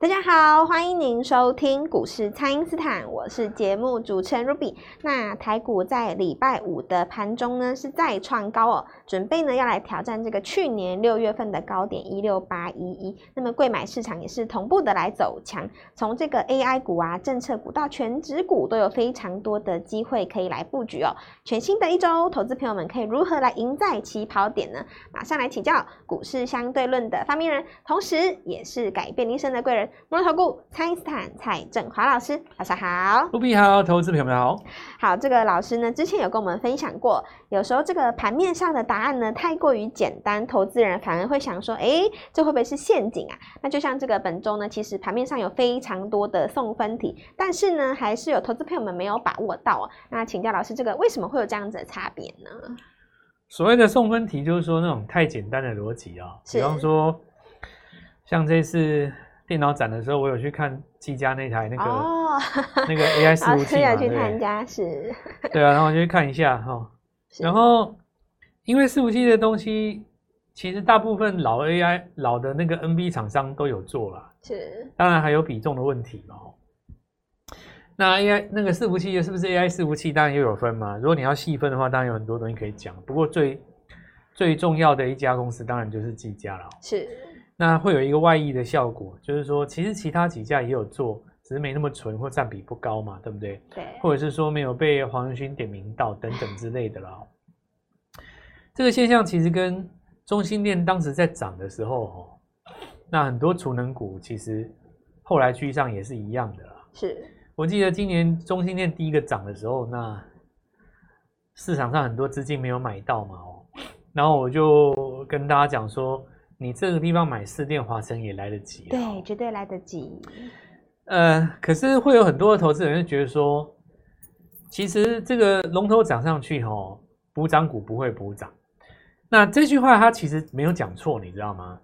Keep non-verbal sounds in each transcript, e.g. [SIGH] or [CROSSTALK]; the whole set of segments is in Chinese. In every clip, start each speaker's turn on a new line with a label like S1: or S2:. S1: 大家好，欢迎您收听股市蔡因斯坦，我是节目主持人 Ruby。那台股在礼拜五的盘中呢是再创高哦，准备呢要来挑战这个去年六月份的高点一六八一一。那么贵买市场也是同步的来走强，从这个 AI 股啊、政策股到全指股都有非常多的机会可以来布局哦。全新的一周，投资朋友们可以如何来赢在起跑点呢？马上来请教股市相对论的发明人，同时也是改变一生的贵人——摩头顾蔡因斯坦蔡振华老师，早上好。
S2: 陆碧好，投资朋友们好。
S1: 好，这个老师呢，之前有跟我们分享过，有时候这个盘面上的答案呢，太过于简单，投资人反而会想说，诶，这会不会是陷阱啊？那就像这个本周呢，其实盘面上有非常多的送分题，但是呢，还是有投资朋友们没有把握到啊。那请教老师，这个为什么会有这样子的差别呢？
S2: 所谓的送分题，就是说那种太简单的逻辑啊，
S1: 是
S2: 比方说，像这次电脑展的时候，我有去看技嘉那台那个、
S1: 哦， [LAUGHS]
S2: 那个 AI
S1: 老
S2: 服务器
S1: [LAUGHS] 师
S2: 嘛，
S1: 有
S2: 对
S1: 去
S2: 不
S1: 参
S2: 对？
S1: 加是，
S2: 对啊，然后我就去看一下哈、
S1: 是
S2: 然后，因为伺服器的东西，其实大部分老 AI 老的那个 NB 厂商都有做啦，
S1: 是
S2: 当然还有比重的问题嘛、哦。那 AI 那个伺服器是不是 AI 伺服器？当然也有分嘛。如果你要细分的话，当然有很多东西可以讲。不过最最重要的一家公司，当然就是技嘉了哦、
S1: 是，
S2: 那会有一个外溢的效果，就是说，其实其他几家也有做，只是没那么纯或占比不高嘛，对不对？
S1: 对，
S2: 或者是说没有被黄仁勋点名到等等之类的啦哦。这个现象其实跟中心店当时在涨的时候哦，那很多储能股其实后来居上也是一样的啦。
S1: 是，
S2: 我记得今年中心店第一个涨的时候，那市场上很多资金没有买到嘛哦，然后我就跟大家讲说，你这个地方买四电华晨也来得及啊。
S1: 对，绝对来得及，
S2: 呃，可是会有很多的投资人就觉得说，其实这个龙头涨上去哦，补涨股不会补涨。那这句话他其实没有讲错，你知道吗？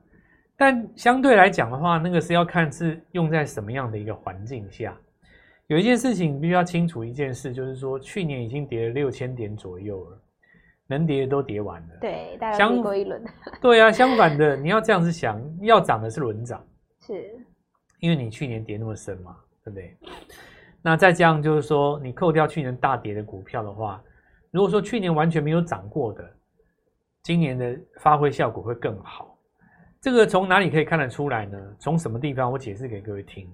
S2: 但相对来讲的话，那个是要看是用在什么样的一个环境下。有一件事情必须要清楚一件事，就是说去年已经跌了六千点左右了，能跌的都跌完了。
S1: 对，大家
S2: 相
S1: 都过一轮，
S2: 对啊，相反的，你要这样子想，要涨的是轮涨。
S1: 是，
S2: 因为你去年跌那么深嘛，对不对？那再加上就是说，你扣掉去年大跌的股票的话，如果说去年完全没有涨过的，今年的发挥效果会更好。这个从哪里可以看得出来呢？从什么地方？我解释给各位听。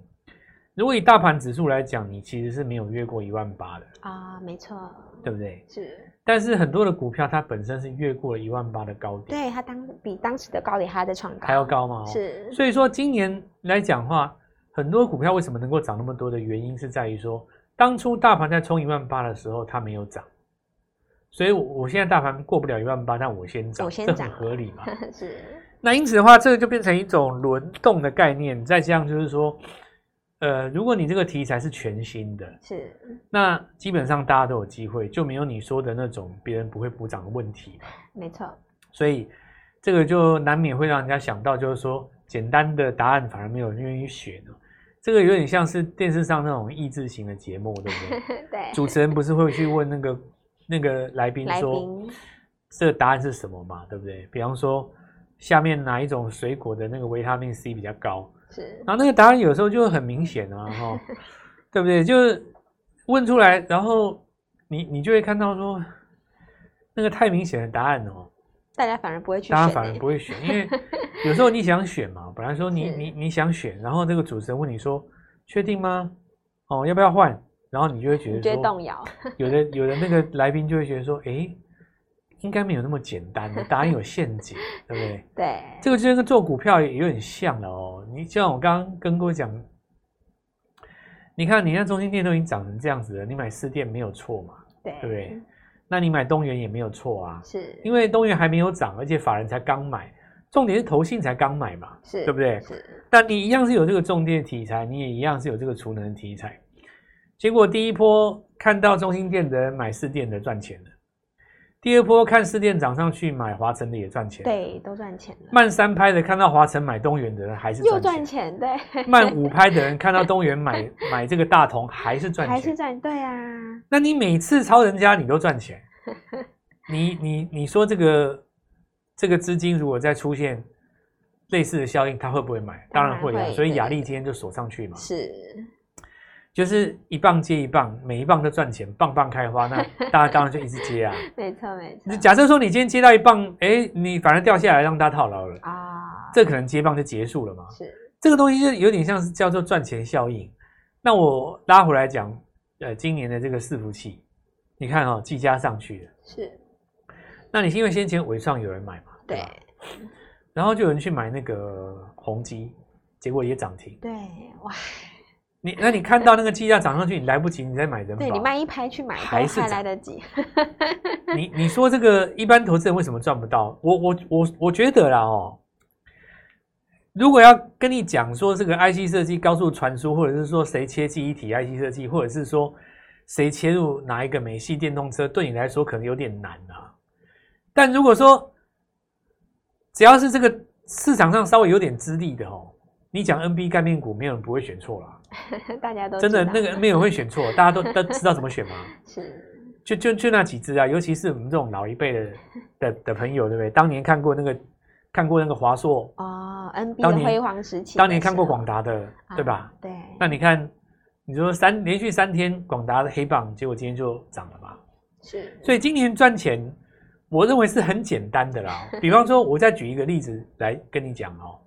S2: 如果以大盘指数来讲，你其实是没有越过一万八的，
S1: 啊，没错，
S2: 对不对？
S1: 是，
S2: 但是很多的股票它本身是越过了一万八的高点，
S1: 对，它当比当时的高点还要再创高，
S2: 还要高嘛、哦？
S1: 是，
S2: 所以说今年来讲话，很多股票为什么能够涨那么多的原因是在于说，当初大盘在冲一万八的时候，它没有涨，所以我我现在大盘过不了一万八，但我先涨，
S1: 我先
S2: 这
S1: 涨
S2: 很合理嘛？ [LAUGHS]
S1: [LAUGHS] 是，
S2: 那因此的话，这个就变成一种轮动的概念。再加上就是说，呃，如果你这个题材是全新的，
S1: 是，
S2: 那基本上大家都有机会，就没有你说的那种别人不会补涨的问题。
S1: 没错，
S2: 所以这个就难免会让人家想到，就是说简单的答案反而没有人愿意选哦。这个有点像是电视上那种益智型的节目，对
S1: [LAUGHS]
S2: 不对？
S1: [LAUGHS] 对，
S2: 主持人不是会去问那个那个来宾
S1: 来
S2: 说，
S1: 宾
S2: 这个答案是什么嘛？对不对？比方说，下面哪一种水果的那个维他命 C 比较高？
S1: 是，
S2: 然后那个答案有时候就很明显啊，哈、
S1: [LAUGHS]
S2: 对不对？就是问出来，然后你你就会看到说，那个太明显的答案哦，
S1: 大家反而不会去选
S2: 大家
S1: 欸，
S2: 反而不会选，因
S1: [LAUGHS]
S2: 为有时候你想选嘛，本来说你
S1: 是
S2: 你你想选，然后那个主持人问你说确定吗？哦，要不要换？然后你就会觉
S1: 你
S2: 得
S1: 就会
S2: 说，
S1: 动摇，
S2: 有的有的那个来宾就会觉得说，诶，应该没有那么简单的，答案有陷阱，对不对？
S1: 对，
S2: 这个就跟做股票也有点像了哦。你就像我刚刚跟各位讲，你看你看中心店都已经涨成这样子了，你买四店没有错嘛，
S1: 对
S2: 对不对？那你买东元也没有错啊，
S1: 是，
S2: 因
S1: 为
S2: 为东元还没有涨，而且法人才刚买，重点是投信才刚买嘛，
S1: 是，
S2: 对不对
S1: 是，
S2: 但你一样是有这个重电题材，你也一样是有这个储能题材。结果第一波看到中心店的人买四电的赚钱了，第二波看四电涨上去买华晨的也赚钱，，
S1: 对，都赚钱了，
S2: 慢三拍的看到华晨买东元的人还是
S1: 又
S2: 赚
S1: 赚钱，
S2: 钱，
S1: 对，
S2: 慢五拍的人看到东元买 [LAUGHS] 买这个大同还是赚
S1: 还
S2: 钱
S1: 是，赚，对啊，
S2: 那你每次超人家，你都
S1: [LAUGHS]
S2: 赚钱。你你你说这个这个资金如果再出现类似的效应，他会不会买？
S1: 当
S2: 当
S1: 然
S2: 然会啊。
S1: 会
S2: 所以
S1: 对
S2: 雅
S1: 对
S2: 丽
S1: 对
S2: 今天就锁上去嘛，
S1: 是，
S2: 就是一棒接一棒，每一棒都赚钱，棒棒开花，那大家当然就一直接
S1: [LAUGHS]
S2: 啊。
S1: 没错没错
S2: 你假设说你今天接到一棒，哎，你反而掉下来让大家套牢了，
S1: 啊，
S2: 这可能接棒就结束了嘛。
S1: 是
S2: 这个东西就有点像是叫做赚钱效应。那我拉回来讲，呃，今年的这个伺服器，你看哦，技嘉上去了，
S1: 是，
S2: 那你是因为先前伟创有人买嘛，
S1: 对
S2: 吧然后就有人去买那个宏基，结果也涨停。
S1: 对哇，
S2: 你那你看到那个技价涨上去，你来不及，你再买人保。
S1: 对你卖一拍去买
S2: 还
S1: 都
S2: 是
S1: 还
S2: 涨
S1: 来得及， [LAUGHS]
S2: 你你说这个一般投资人为什么赚不到？我我我我觉得啦哦，如果要跟你讲说这个 IC 设计、高速传输，或者是说谁切记忆体 IC 设计，或者是说谁切入哪一个美系电动车，对你来说可能有点难啊。但如果说只要是这个市场上稍微有点资历的哦，你讲 NB 概念股，没有人不会选错啦。
S1: 大家都
S2: 真的，
S1: 知道
S2: 那个没有人会选错，大家都都知道怎么选吗？
S1: 是
S2: 就就就那几只啊，尤其是我们这种老一辈
S1: [LAUGHS]
S2: 的的的朋友，对不对？当年看过那个看过那个华硕，
S1: 哦，NB
S2: 当
S1: 的
S2: 年
S1: 辉煌时期的时候，
S2: 当年看过广达的，
S1: 啊，
S2: 对吧？
S1: 对，
S2: 那你看，你说三连续三天广达的黑棒，结果今天就涨了嘛。
S1: 是，
S2: 所以今年赚钱，我认为是很简单的
S1: [LAUGHS]
S2: 啦。比方说，我再举一个例子来跟你讲哦。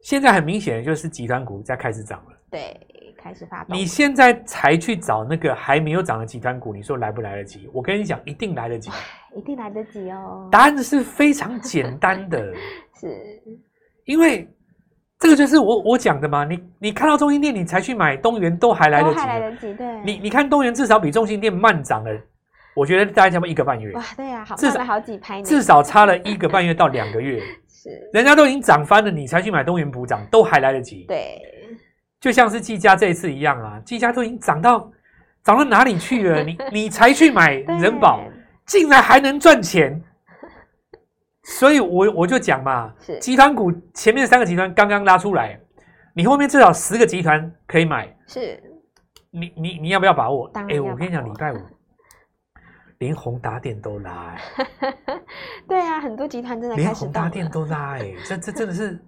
S2: 现在很明显的就是集团股在开始涨了，
S1: 对，开始发动，
S2: 你现在才去找那个还没有涨的集团股，你说来不来得及？我跟你讲，一定来得及。
S1: 一定来得及哦，
S2: 答案是非常简
S1: [LAUGHS]
S2: 单的，
S1: 是
S2: 因为这个就是我我讲的嘛。你你看到中心店，你才去买东元，都还来
S1: 都
S2: 得
S1: 还来
S2: 及。
S1: 得及，对，
S2: 你你看东元至少比中心店慢涨了，我觉得大概差不多一个半月
S1: 哇，，对啊，好
S2: 至
S1: 慢
S2: 少
S1: 了好几拍呢，
S2: 至少差了一个半月到两个月，
S1: 是，
S2: 人家都已经涨翻了，你才去买东元补涨，都还来得及。
S1: 对，
S2: 就像是技嘉这一次一样啊，技嘉都已经涨到涨到哪里去了？
S1: [LAUGHS]
S2: 你你才去买
S1: 对
S2: 人保，竟然还能赚钱，所以我我就讲嘛
S1: 是，
S2: 集团股前面三个集团刚刚拉出来，你后面至少十个集团可以买，
S1: 是
S2: 你你你要不要把握？
S1: 当然
S2: 诶
S1: 要
S2: 我跟你讲，
S1: 把
S2: 礼
S1: 握
S2: 拜五连宏达电都拉、诶
S1: 对啊，很多集团真的
S2: 连
S1: 开始
S2: 宏
S1: 动
S2: 达
S1: 了
S2: 电都拉、诶这这真
S1: [LAUGHS]
S2: 的是。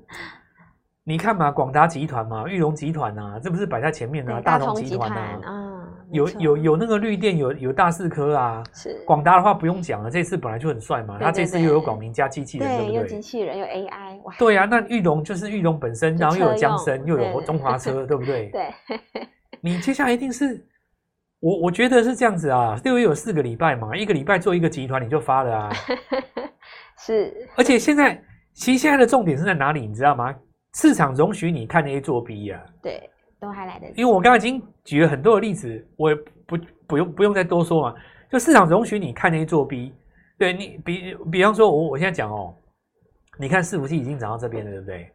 S2: 你看嘛，广达集团嘛，裕隆集团呐、啊，这不是摆在前面啊？
S1: 对
S2: 大
S1: 同
S2: 同集团啊，
S1: 嗯，没
S2: 有
S1: 错
S2: 有有那个绿电，有有大四科啊。
S1: 是
S2: 广达的话不用讲了，这次本来就很帅嘛，
S1: 对
S2: 他这次
S1: 对对
S2: 又有广明加机器人，对
S1: 对，
S2: 不
S1: 有
S2: 对
S1: 机？器人，有 AI，哇，
S2: 对啊，那玉龙就是玉龙本身，
S1: 就
S2: 然后又有
S1: 车
S2: 江
S1: 用
S2: 森，又有
S1: 对
S2: 中
S1: [LAUGHS]
S2: 华车，对不对？
S1: 对，
S2: 你接下来一定是，我我觉得是这样子啊，六月有四个礼拜嘛，一个礼拜做一个集团你就发了啊。
S1: 是
S2: 而且现在，其实现在的重点是在哪里，你知道吗？市场容许你看 A 做 B 啊，
S1: 对，都还来得及，
S2: 因为我刚刚已经举了很多的例子，我也不不用不用再多说嘛。就市场容许你看 A 做 B，对你比比方说我，我现在讲哦，你看伺服器已经涨到这边了，对不对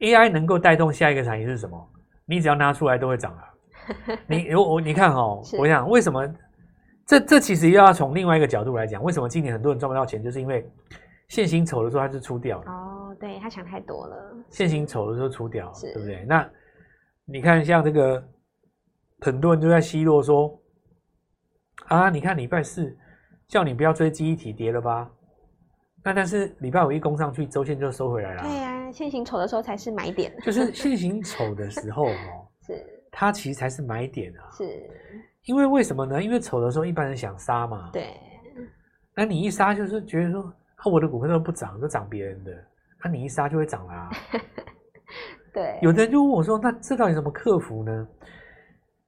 S2: ？AI 能够带动下一个产业是什么？你只要拿出来都会涨啊。你我我你看哦，
S1: 是
S2: 我想为什么这这其实又要从另外一个角度来讲，为什么今年很多人赚不到钱，就是因为现行丑的时候它就出掉了。
S1: 哦，对他想太多了，
S2: 现行丑的时候出掉了，
S1: 是
S2: 对不对？那你看，像这个很多人就在奚落说啊，你看礼拜四叫你不要追记忆体跌了吧？那但是礼拜五一攻上去，周线就收回来了。
S1: 对啊，现行丑的时候才是买点，
S2: 就是现行丑的
S1: [LAUGHS]
S2: 时候哦，
S1: 是
S2: 它其实才是买点啊。
S1: 是，
S2: 因为为什么呢？因为丑的时候一般人想杀嘛，。
S1: 对，
S2: 那你一杀就是觉得说啊，我的股票都不涨，都涨别人的，那、你一杀就会涨啦、
S1: 对，
S2: 有的人就问我说：“那这到底怎么克服呢？”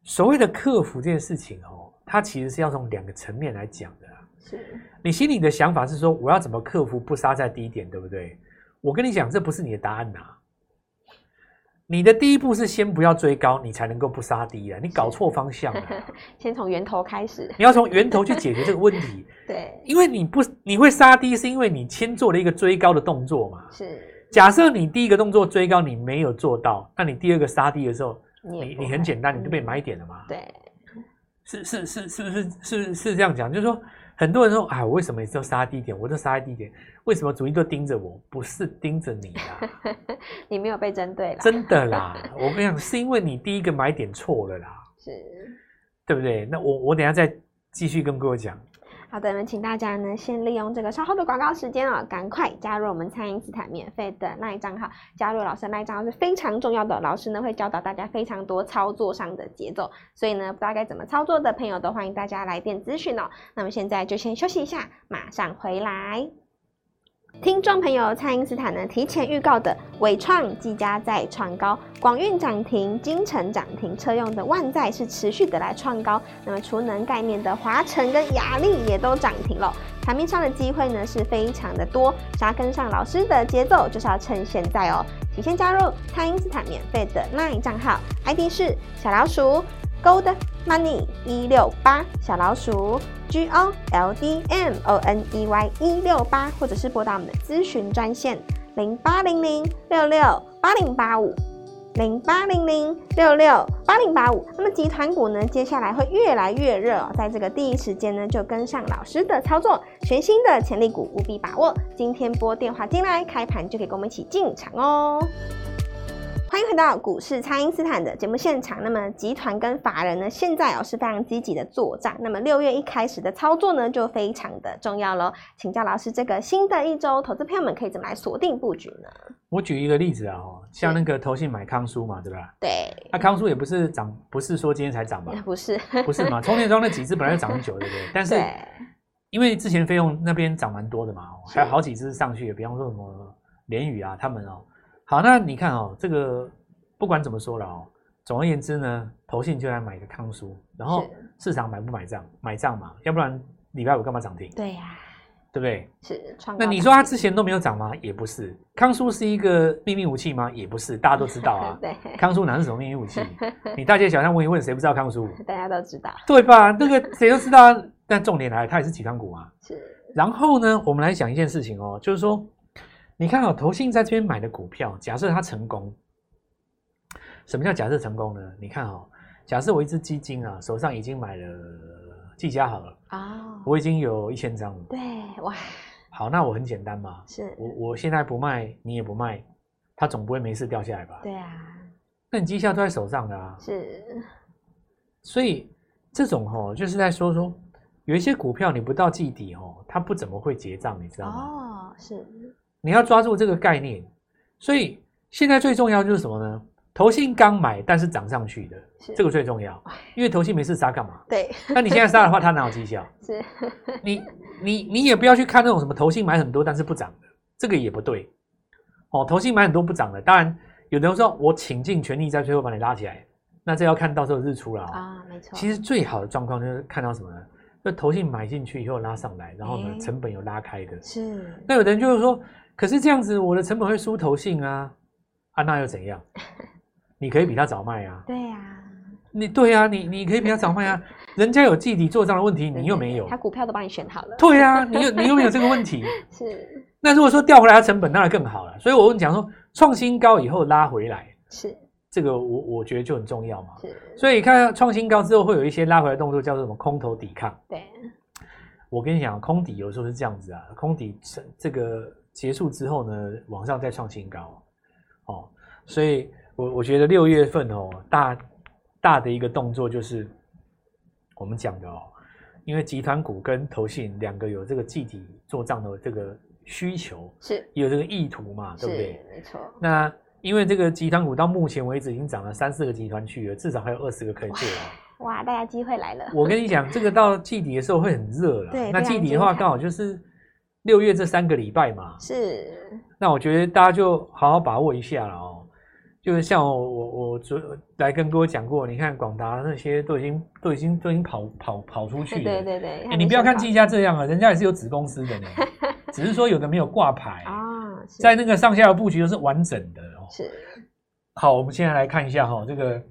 S2: 所谓的克服这件事情哦，它其实是要从两个层面来讲的啊。
S1: 是
S2: 你心里的想法是说，我要怎么克服不杀在低点，对不对？我跟你讲，这不是你的答案呐、你的第一步是先不要追高，你才能够不杀低啊！你搞错方向了啊、
S1: 先从源头开始，
S2: 你要从源头去解决这个问题，
S1: 对，
S2: 因为你不你会杀低，是因为你先做了一个追高的动作嘛。
S1: 是，
S2: 假设你第一个动作追高你没有做到，那你第二个杀低的时候，
S1: 你也
S2: 你
S1: 不
S2: 你
S1: 会
S2: 很简单，你就被
S1: 嗯
S2: 买点了嘛。
S1: 对，
S2: 是是是是不是是是这样讲？就是说，很多人说啊，我为什么每次都杀低点，我都杀低点，为什么主力都盯着我？不是盯着
S1: [LAUGHS]
S2: 你啦，
S1: 你没有被针对了，
S2: 真的啦！我跟你讲，是因为你第一个买点错了啦，
S1: 是
S2: 对不对？那我我等一下再继续跟各位讲。
S1: 好的，那请大家呢先利用这个稍后的广告时间哦，赶快加入我们蔡因斯坦免费的那一账号，加入老师那一账号是非常重要的，老师呢会教导大家非常多操作上的节奏，所以呢不知道该怎么操作的朋友都欢迎大家来电咨询哦。那么现在就先休息一下，马上回来。听众朋友，蔡因斯坦呢提前预告的伟创、技嘉在创高，广运涨停，金城涨停，车用的万载是持续的来创高。那么储能概念的华晨跟雅力也都涨停了。盘面上的机会呢是非常的多，想要跟上老师的节奏，就是要趁现在哦。请先加入蔡因斯坦免费的 LINE 账号，ID 是小老鼠 Gold Money 一六八小老鼠 G O L D M O N E Y 一六八，或者是拨打我们的咨询专线零八零零六六八零八五零八零零六六八零八五。那么集团股呢，接下来会越来越热哦，在这个第一时间呢，就跟上老师的操作，全新的潜力股务必把握。今天拨电话进来，开盘就可以跟我们一起进场哦。欢迎回到股市，蔡因斯坦的节目现场。那么，集团跟法人呢，现在哦是非常积极的作战。那么，六月一开始的操作呢，就非常的重要喽。请教老师，这个新的一周，投资朋友们可以怎么来锁定布局呢？
S2: 我举一个例子啊，哦，像那个投信买康舒嘛，对吧？
S1: 对，
S2: 那、康舒也不是涨，不是说今天才涨吧？
S1: [LAUGHS] 不是，
S2: 不是嘛？充电桩那几只本来就涨很久，对不对？但是
S1: 对，
S2: 因为之前费用那边涨蛮多的嘛，还有好几只上去，比方说什么联宇啊，他们哦。好，那你看哦，这个不管怎么说了哦，总而言之呢，投信就来买个康舒，然后市场买不买账？买账嘛，要不然礼拜五干嘛涨停？
S1: 对呀、
S2: 对不对？
S1: 是创高。
S2: 那你说它之前都没有涨吗？也不是。康舒是一个秘密武器吗？也不是，大家都知道
S1: [LAUGHS]
S2: 啊
S1: 对，
S2: 康舒哪是什么秘密武器？你大街小巷问一问，谁不知道康舒？
S1: 大家都知道
S2: 对吧？那个谁都知道啊。但重点来了，它也是集团股嘛。
S1: 是，
S2: 然后呢，我们来想一件事情哦，就是说，你看哦，投信在这边买的股票，假设它成功，什么叫假设成功呢？你看哦，假设我一只基金啊，手上已经买了技嘉好了，
S1: 哦，
S2: 我已经有一千张了。
S1: 对，哇，
S2: 好，那我很简单嘛，
S1: 是，
S2: 我我现在不卖，你也不卖，它总不会没事掉下来吧？
S1: 对啊，
S2: 那你绩效都在手上的啊，
S1: 是，
S2: 所以这种哦，就是在说说，有一些股票你不到季底哦，它不怎么会结账，你知道吗？
S1: 哦，是，
S2: 你要抓住这个概念。所以现在最重要就是什么呢？投信刚买但是涨上去的
S1: 是，
S2: 这个最重要，
S1: 哎
S2: 因为投信没事杀干嘛？
S1: 对，
S2: 那你现在杀的话，它哪有
S1: [LAUGHS]
S2: 绩效？
S1: 是，
S2: 你你你也不要去看那种什么投信买很多但是不涨的，这个也不对。哦，投信买很多不涨的，当然有的人说我倾尽全力在最后把你拉起来，那这要看到时候日出了、哦。
S1: 啊、没错，
S2: 其实最好的状况就是看到什么呢？就投信买进去以后拉上来，然后呢
S1: 哎
S2: 成本有拉开的。
S1: 是，
S2: 那有的人就是说，可是这样子我的成本会输投信啊，啊那又怎样？你可以比他早卖啊，
S1: 对呀、
S2: 你对啊，你你可以比他早卖啊，人家有季底做账的问题，
S1: 对
S2: 你又
S1: 对
S2: 没
S1: 对
S2: 有
S1: 他。股票都帮你选好了，
S2: 对啊，你又你又没有这个问题。
S1: 是
S2: 那如果说调回来的成本，当然更好了。所以我跟你讲说，创新高以后拉回来，
S1: 是
S2: 这个我我觉得就很重要嘛。
S1: 是，
S2: 所以看到创新高之后，会有一些拉回来的动作，叫做什么空头抵抗。
S1: 对，
S2: 我跟你讲，空底有时候是这样子啊，空底这这个结束之后呢，往上再创新高，哦，所以我我觉得六月份哦，大大的一个动作就是我们讲的哦，因为集团股跟投信两个有这个集体做账的这个需求，
S1: 是
S2: 也有这个意图嘛，
S1: 是
S2: 对不对？
S1: 没错，
S2: 那因为这个集团股到目前为止已经涨了三四个集团去了，至少还有二十个可以做啊。
S1: 哇，大家机会来了，
S2: 我跟你讲，这个到季底的时候会很热了。
S1: 对
S2: 那
S1: 非常
S2: 季底的话
S1: 精彩
S2: 刚好就是六月这三个礼拜嘛，
S1: 是
S2: 那我觉得大家就好好把握一下了哦。就是像我我我昨来跟各位讲过，你看广达那些都已经都已经都已经跑跑跑出去
S1: 对
S2: 了。
S1: 对对对，
S2: 诶
S1: 他
S2: 你
S1: 们
S2: 不要
S1: 先
S2: 看
S1: 跑
S2: 技嘉这样啊，人家也是有子公司
S1: [LAUGHS]
S2: 的呢，只是说有的没有挂牌，
S1: 啊，是
S2: 在那个上下游布局都是完整的哦。
S1: 是
S2: 好，我们现在来看一下哈、这个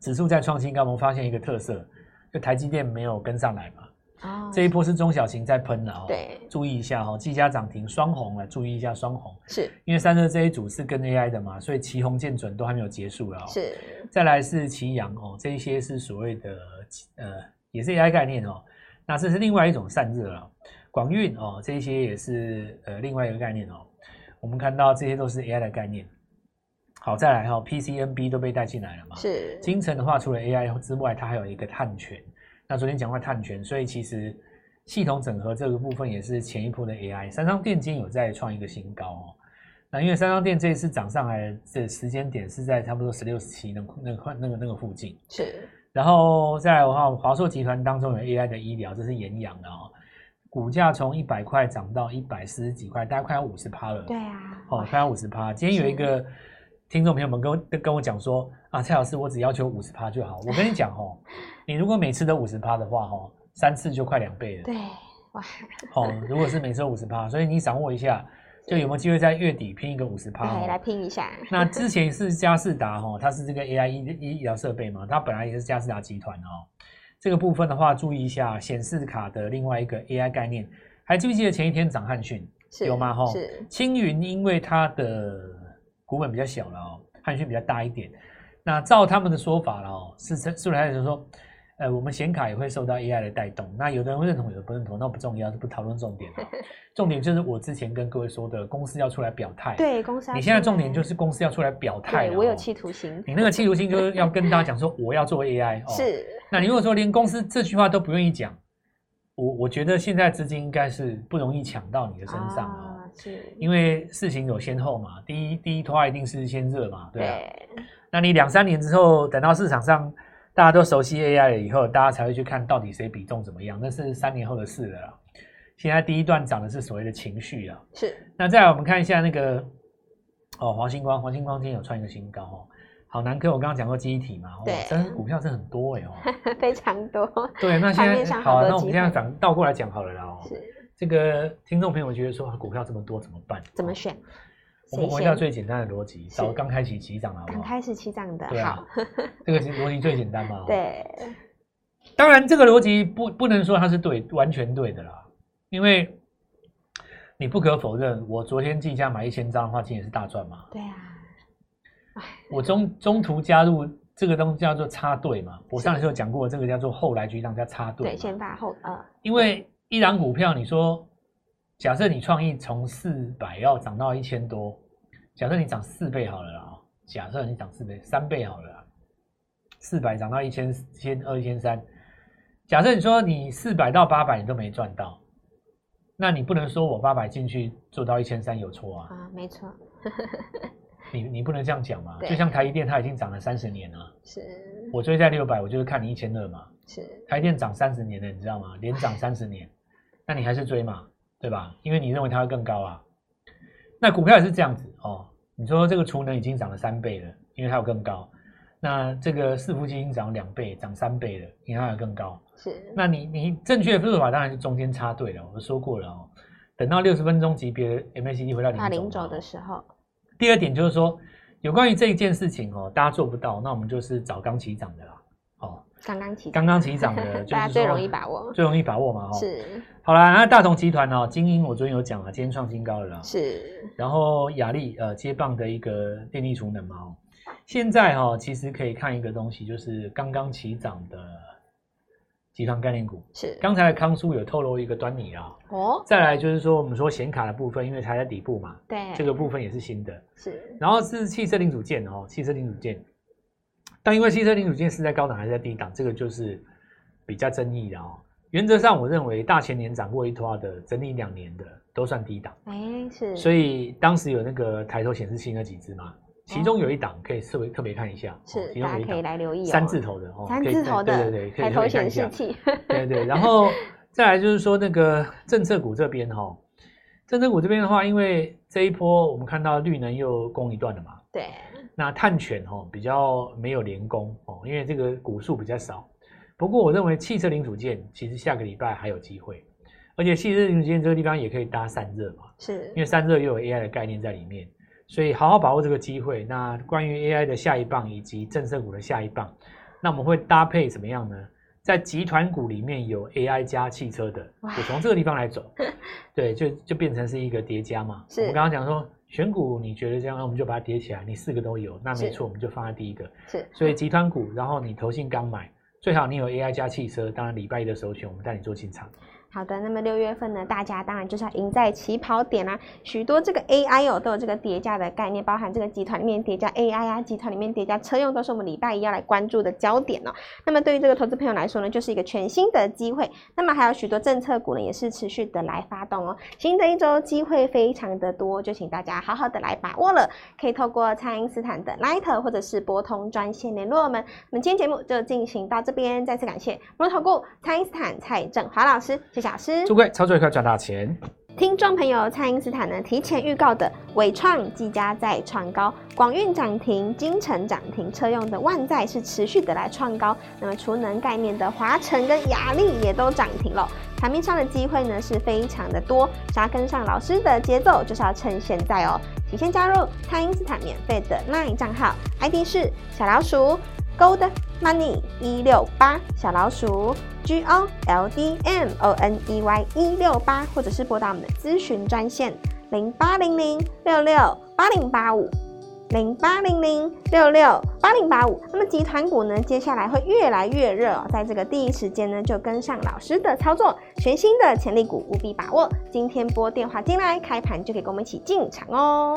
S2: 指数在创新高，我们发现一个特色，就台积电没有跟上来嘛。
S1: 啊，
S2: 这一波是中小型在喷了哦。
S1: 对
S2: 注意一下哦，技嘉涨停双红了，注意一下双红，
S1: 是
S2: 因为三热这一组是跟 AI 的嘛，所以旗红见准都还没有结束了哦。，
S1: 是
S2: 再来是旗阳哦，这一些是所谓的呃也是 AI 概念哦，那这是另外一种散热了。广运哦，这一些也是呃另外一个概念哦。我们看到这些都是 AI 的概念。好，再来哈、哦、，PCNB 都被带进来了嘛。
S1: 是
S2: 金城的话，除了 AI 之外，它还有一个碳权。那昨天讲过碳权，所以其实系统整合这个部分也是前一波的 AI，三商电今有在创一个新高哦。那因为三商电这一次涨上来的这时间点是在差不多十六、十七那那个那个那个附近，
S1: 是
S2: 然后再来的话，华硕集团当中有 AI 的医疗，这是延阳的哦，股价从一百块涨到一百四十几块，大概快要五十趴了。
S1: 对啊，
S2: 哦，快要五十趴。今天有一个听众朋友们跟我跟我讲说啊，蔡老师，我只要求五十趴就好。我跟你讲哦，你如果每次都五十趴的话，哦，三次就快两倍了。
S1: 对哇，
S2: 哦，如果是每次五十趴，所以你掌握一下，就有没有机会在月底拼一个五十趴？
S1: 对，来
S2: 哦
S1: 拼一下，
S2: 那之前是佳士达哈、哦，它是这个 AI 医医医疗设备嘛，它本来也是佳士达集团哦。这个部分的话，注意一下显示卡的另外一个 AI 概念，还记不记得前一天涨汉讯？
S1: 是
S2: 有吗吼
S1: 是
S2: 青云因为它的股本比较小了哦，汉讯比较大一点。那照他们的说法了哦，是是是来就说，呃，我们显卡也会受到 AI 的带动。那有的人会认同，有的不认同，那不重要，这不讨论重点了。
S1: [LAUGHS]
S2: 重点就是我之前跟各位说的，公司要出来表态。，
S1: 对公司要出来。
S2: 你现在重点就是公司要出来表态了
S1: 对
S2: 哦。
S1: 我有企图心，
S2: 你那个企图心就是要跟大家讲说，我要做 AI 哦。。
S1: 是
S2: 那你如果说连公司这句话都不愿意讲，我我觉得现在资金应该是不容易抢到你的身上哦。
S1: 啊，是
S2: 因为事情有先后嘛，第一第一拖一定是先热嘛，对啊。
S1: 对
S2: 那你两三年之后，等到市场上大家都熟悉 AI 了以后，大家才会去看到底谁比重怎么样，那是三年后的事了啦。现在第一段讲的是所谓的情绪啊，
S1: 是 [LAUGHS]
S2: 那再来我们看一下那个哦，黄星光，黄星光今天有创一个新高哦。好，南科我刚刚讲过记忆体嘛，哇
S1: 对，
S2: 真股票真很多哎、
S1: [LAUGHS]
S2: 哦。
S1: 非常多，
S2: 对，那
S1: 盘
S2: 现
S1: 面
S2: 在
S1: 上
S2: 好、
S1: 好
S2: 啊，
S1: 多
S2: 那我们
S1: 机
S2: 现在
S1: 会
S2: 反倒过来讲好了啦哦。
S1: 是
S2: 这个听众朋友觉得说啊股票这么多怎么办？
S1: 怎么选？
S2: 我们
S1: 谁
S2: 回到
S1: 先
S2: 最简单的逻辑，找
S1: 是
S2: 刚开始起涨好不
S1: 刚
S2: 好？
S1: 开始起涨的
S2: 对，啊
S1: 好，
S2: 这个是逻辑最简单嘛。。
S1: [LAUGHS] 对
S2: 当然，这个逻辑不不能说它是对，完全对的啦，因为你不可否认，我昨天进价买一千张的话，今天也是大赚嘛。
S1: 对啊，
S2: 我中中途加入这个东西叫做插队嘛，我上一次有讲过，这个叫做后来局长叫插队
S1: 对
S2: 嘛。
S1: 先发后呃
S2: 因为一档股票，你说假设你创意从四百要涨到一千多，假设你涨四倍好了啦，哦假设你涨四倍，三倍好了啦，四百涨到一千、一千二、一千三，假设你说你四百到八百你都没赚到，那你不能说我八百进去做到一千三有错啊，
S1: 啊，没错，
S2: 你你不能这样讲嘛。
S1: 对
S2: 就像台积电，它已经涨了三十年了，
S1: 是
S2: 我追在六百，我就是看你一千二嘛。
S1: 是，
S2: 台积电涨三十年了，你知道吗？连涨三十年，那你还是追嘛，对吧？因为你认为它会更高啊。那股票也是这样子哦。你说这个储能已经涨了三倍了，因为它有更高。那这个伺服器已经涨了两倍，涨三倍了，因为它有更高。
S1: 是
S2: 那你你正确的做法当然是中间插队了，我说过了哦。等到六十分钟级别 MACD 回到零
S1: 啊，临
S2: 轴
S1: 走
S2: 嘛哦
S1: 的时候
S2: 第二点就是说，有关于这一件事情哦，大家做不到，那我们就是找刚起涨的啦。哦，
S1: 刚刚起，
S2: 刚刚
S1: [LAUGHS]
S2: 起涨的，就是
S1: 大家最
S2: 说哦
S1: 容易把握，
S2: 最容易把握嘛，哈。。
S1: 是
S2: 好啦，那大同集团哦，精英我昨天有讲了，今天创新高了啦。
S1: 是
S2: 然后雅力呃接棒的一个电力储能嘛，哦。现在哈、哦、其实可以看一个东西，就是刚刚起涨的集团概念股。
S1: 是
S2: 刚才的康叔有透露一个端倪啊。
S1: 哦，
S2: 再来就是说，我们说显卡的部分，因为它在底部嘛，
S1: 对，
S2: 这个部分也是新的。
S1: 是
S2: 然后是汽车零组件哦，汽车零组件。但因为汽车零组件是在高档还是在低档，这个就是比较争议的哦。原则上，我认为大前年涨过一拖的，整理两年的都算低档。
S1: 哎是，
S2: 所
S1: 以
S2: 以当时有那个抬头显示器那几只嘛，其中有一档可以特别特别看一下，哦
S1: 是
S2: 其中
S1: 大
S2: 有一
S1: 家可以
S2: 档
S1: 来留意哦，
S2: 三字头的
S1: [LAUGHS]
S2: 哦，
S1: 三
S2: 可以
S1: 字头
S2: 对
S1: 的
S2: 对对，可以
S1: 抬
S2: 特
S1: 头
S2: 别看一
S1: 显
S2: 下
S1: 示。器， [LAUGHS]
S2: 对对，然后再来就是说那个政策股这边哈、哦，政策股这边的话，因为这一波我们看到绿能又攻一段了嘛，
S1: 对
S2: 那碳权哦比较没有连攻哦，因为这个股数比较少。不过我认为汽车零组件其实下个礼拜还有机会，而且汽车零组件这个地方也可以搭散热嘛，
S1: 是
S2: 因为散热又有 AI 的概念在里面，所以好好把握这个机会。那关于 AI 的下一棒以及政策股的下一棒，那我们会搭配怎么样呢？在集团股里面有 AI 加汽车的，
S1: 哇
S2: 我从这个地方来
S1: [LAUGHS]
S2: 走，对，就就变成是一个叠加嘛。
S1: 是
S2: 我们刚刚讲说选股，你觉得这样，那我们就把它叠起来，你四个都有，那没
S1: 是
S2: 错，我们就放在第一个。
S1: 是，
S2: 所以集团股，然后你投信刚买，最好你有 AI 加汽车，当然礼拜一的首选，我们带你做进场。
S1: 好的，那么六月份呢，大家当然就是要赢在起跑点啦、许多这个 AI 哦，都有这个叠加的概念，包含这个集团里面叠加 AI 啊，集团里面叠加车用，都是我们礼拜一要来关注的焦点哦。那么对于这个投资朋友来说呢，就是一个全新的机会。那么还有许多政策股呢，也是持续的来发动哦。新的一周机会非常的多，就请大家好好的来把握了。可以透过蔡因斯坦的 Line 或者是拨通专线联络我们。我们今天节目就进行到这边，再次感谢摩投顾蔡因斯坦蔡振华老师，谢谢老师。
S3: 祝各位操作愉快，赚大钱！
S1: 听众朋友，蔡因斯坦呢提前预告的伟创、技嘉再创高，广运涨停，金城涨停，车用的万载是持续的来创高。那么储能概念的华晨跟雅力也都涨停了。盘面上的机会呢是非常的多，想要跟上老师的节奏，就是要趁现在哦。请先加入蔡因斯坦免费的 LINE 账号，ID 是小老鼠 Gold Money 一六八，小老鼠 G O L D M O N E Y 一六八，或者是拨打我们的咨询专线零八零零六六八零八五。零八零零六六八零八五。那么集团股呢，接下来会越来越热哦，在这个第一时间呢，就跟上老师的操作，全新的潜力股务必把握。今天拨电话进来，开盘就可以跟我们一起进场哦。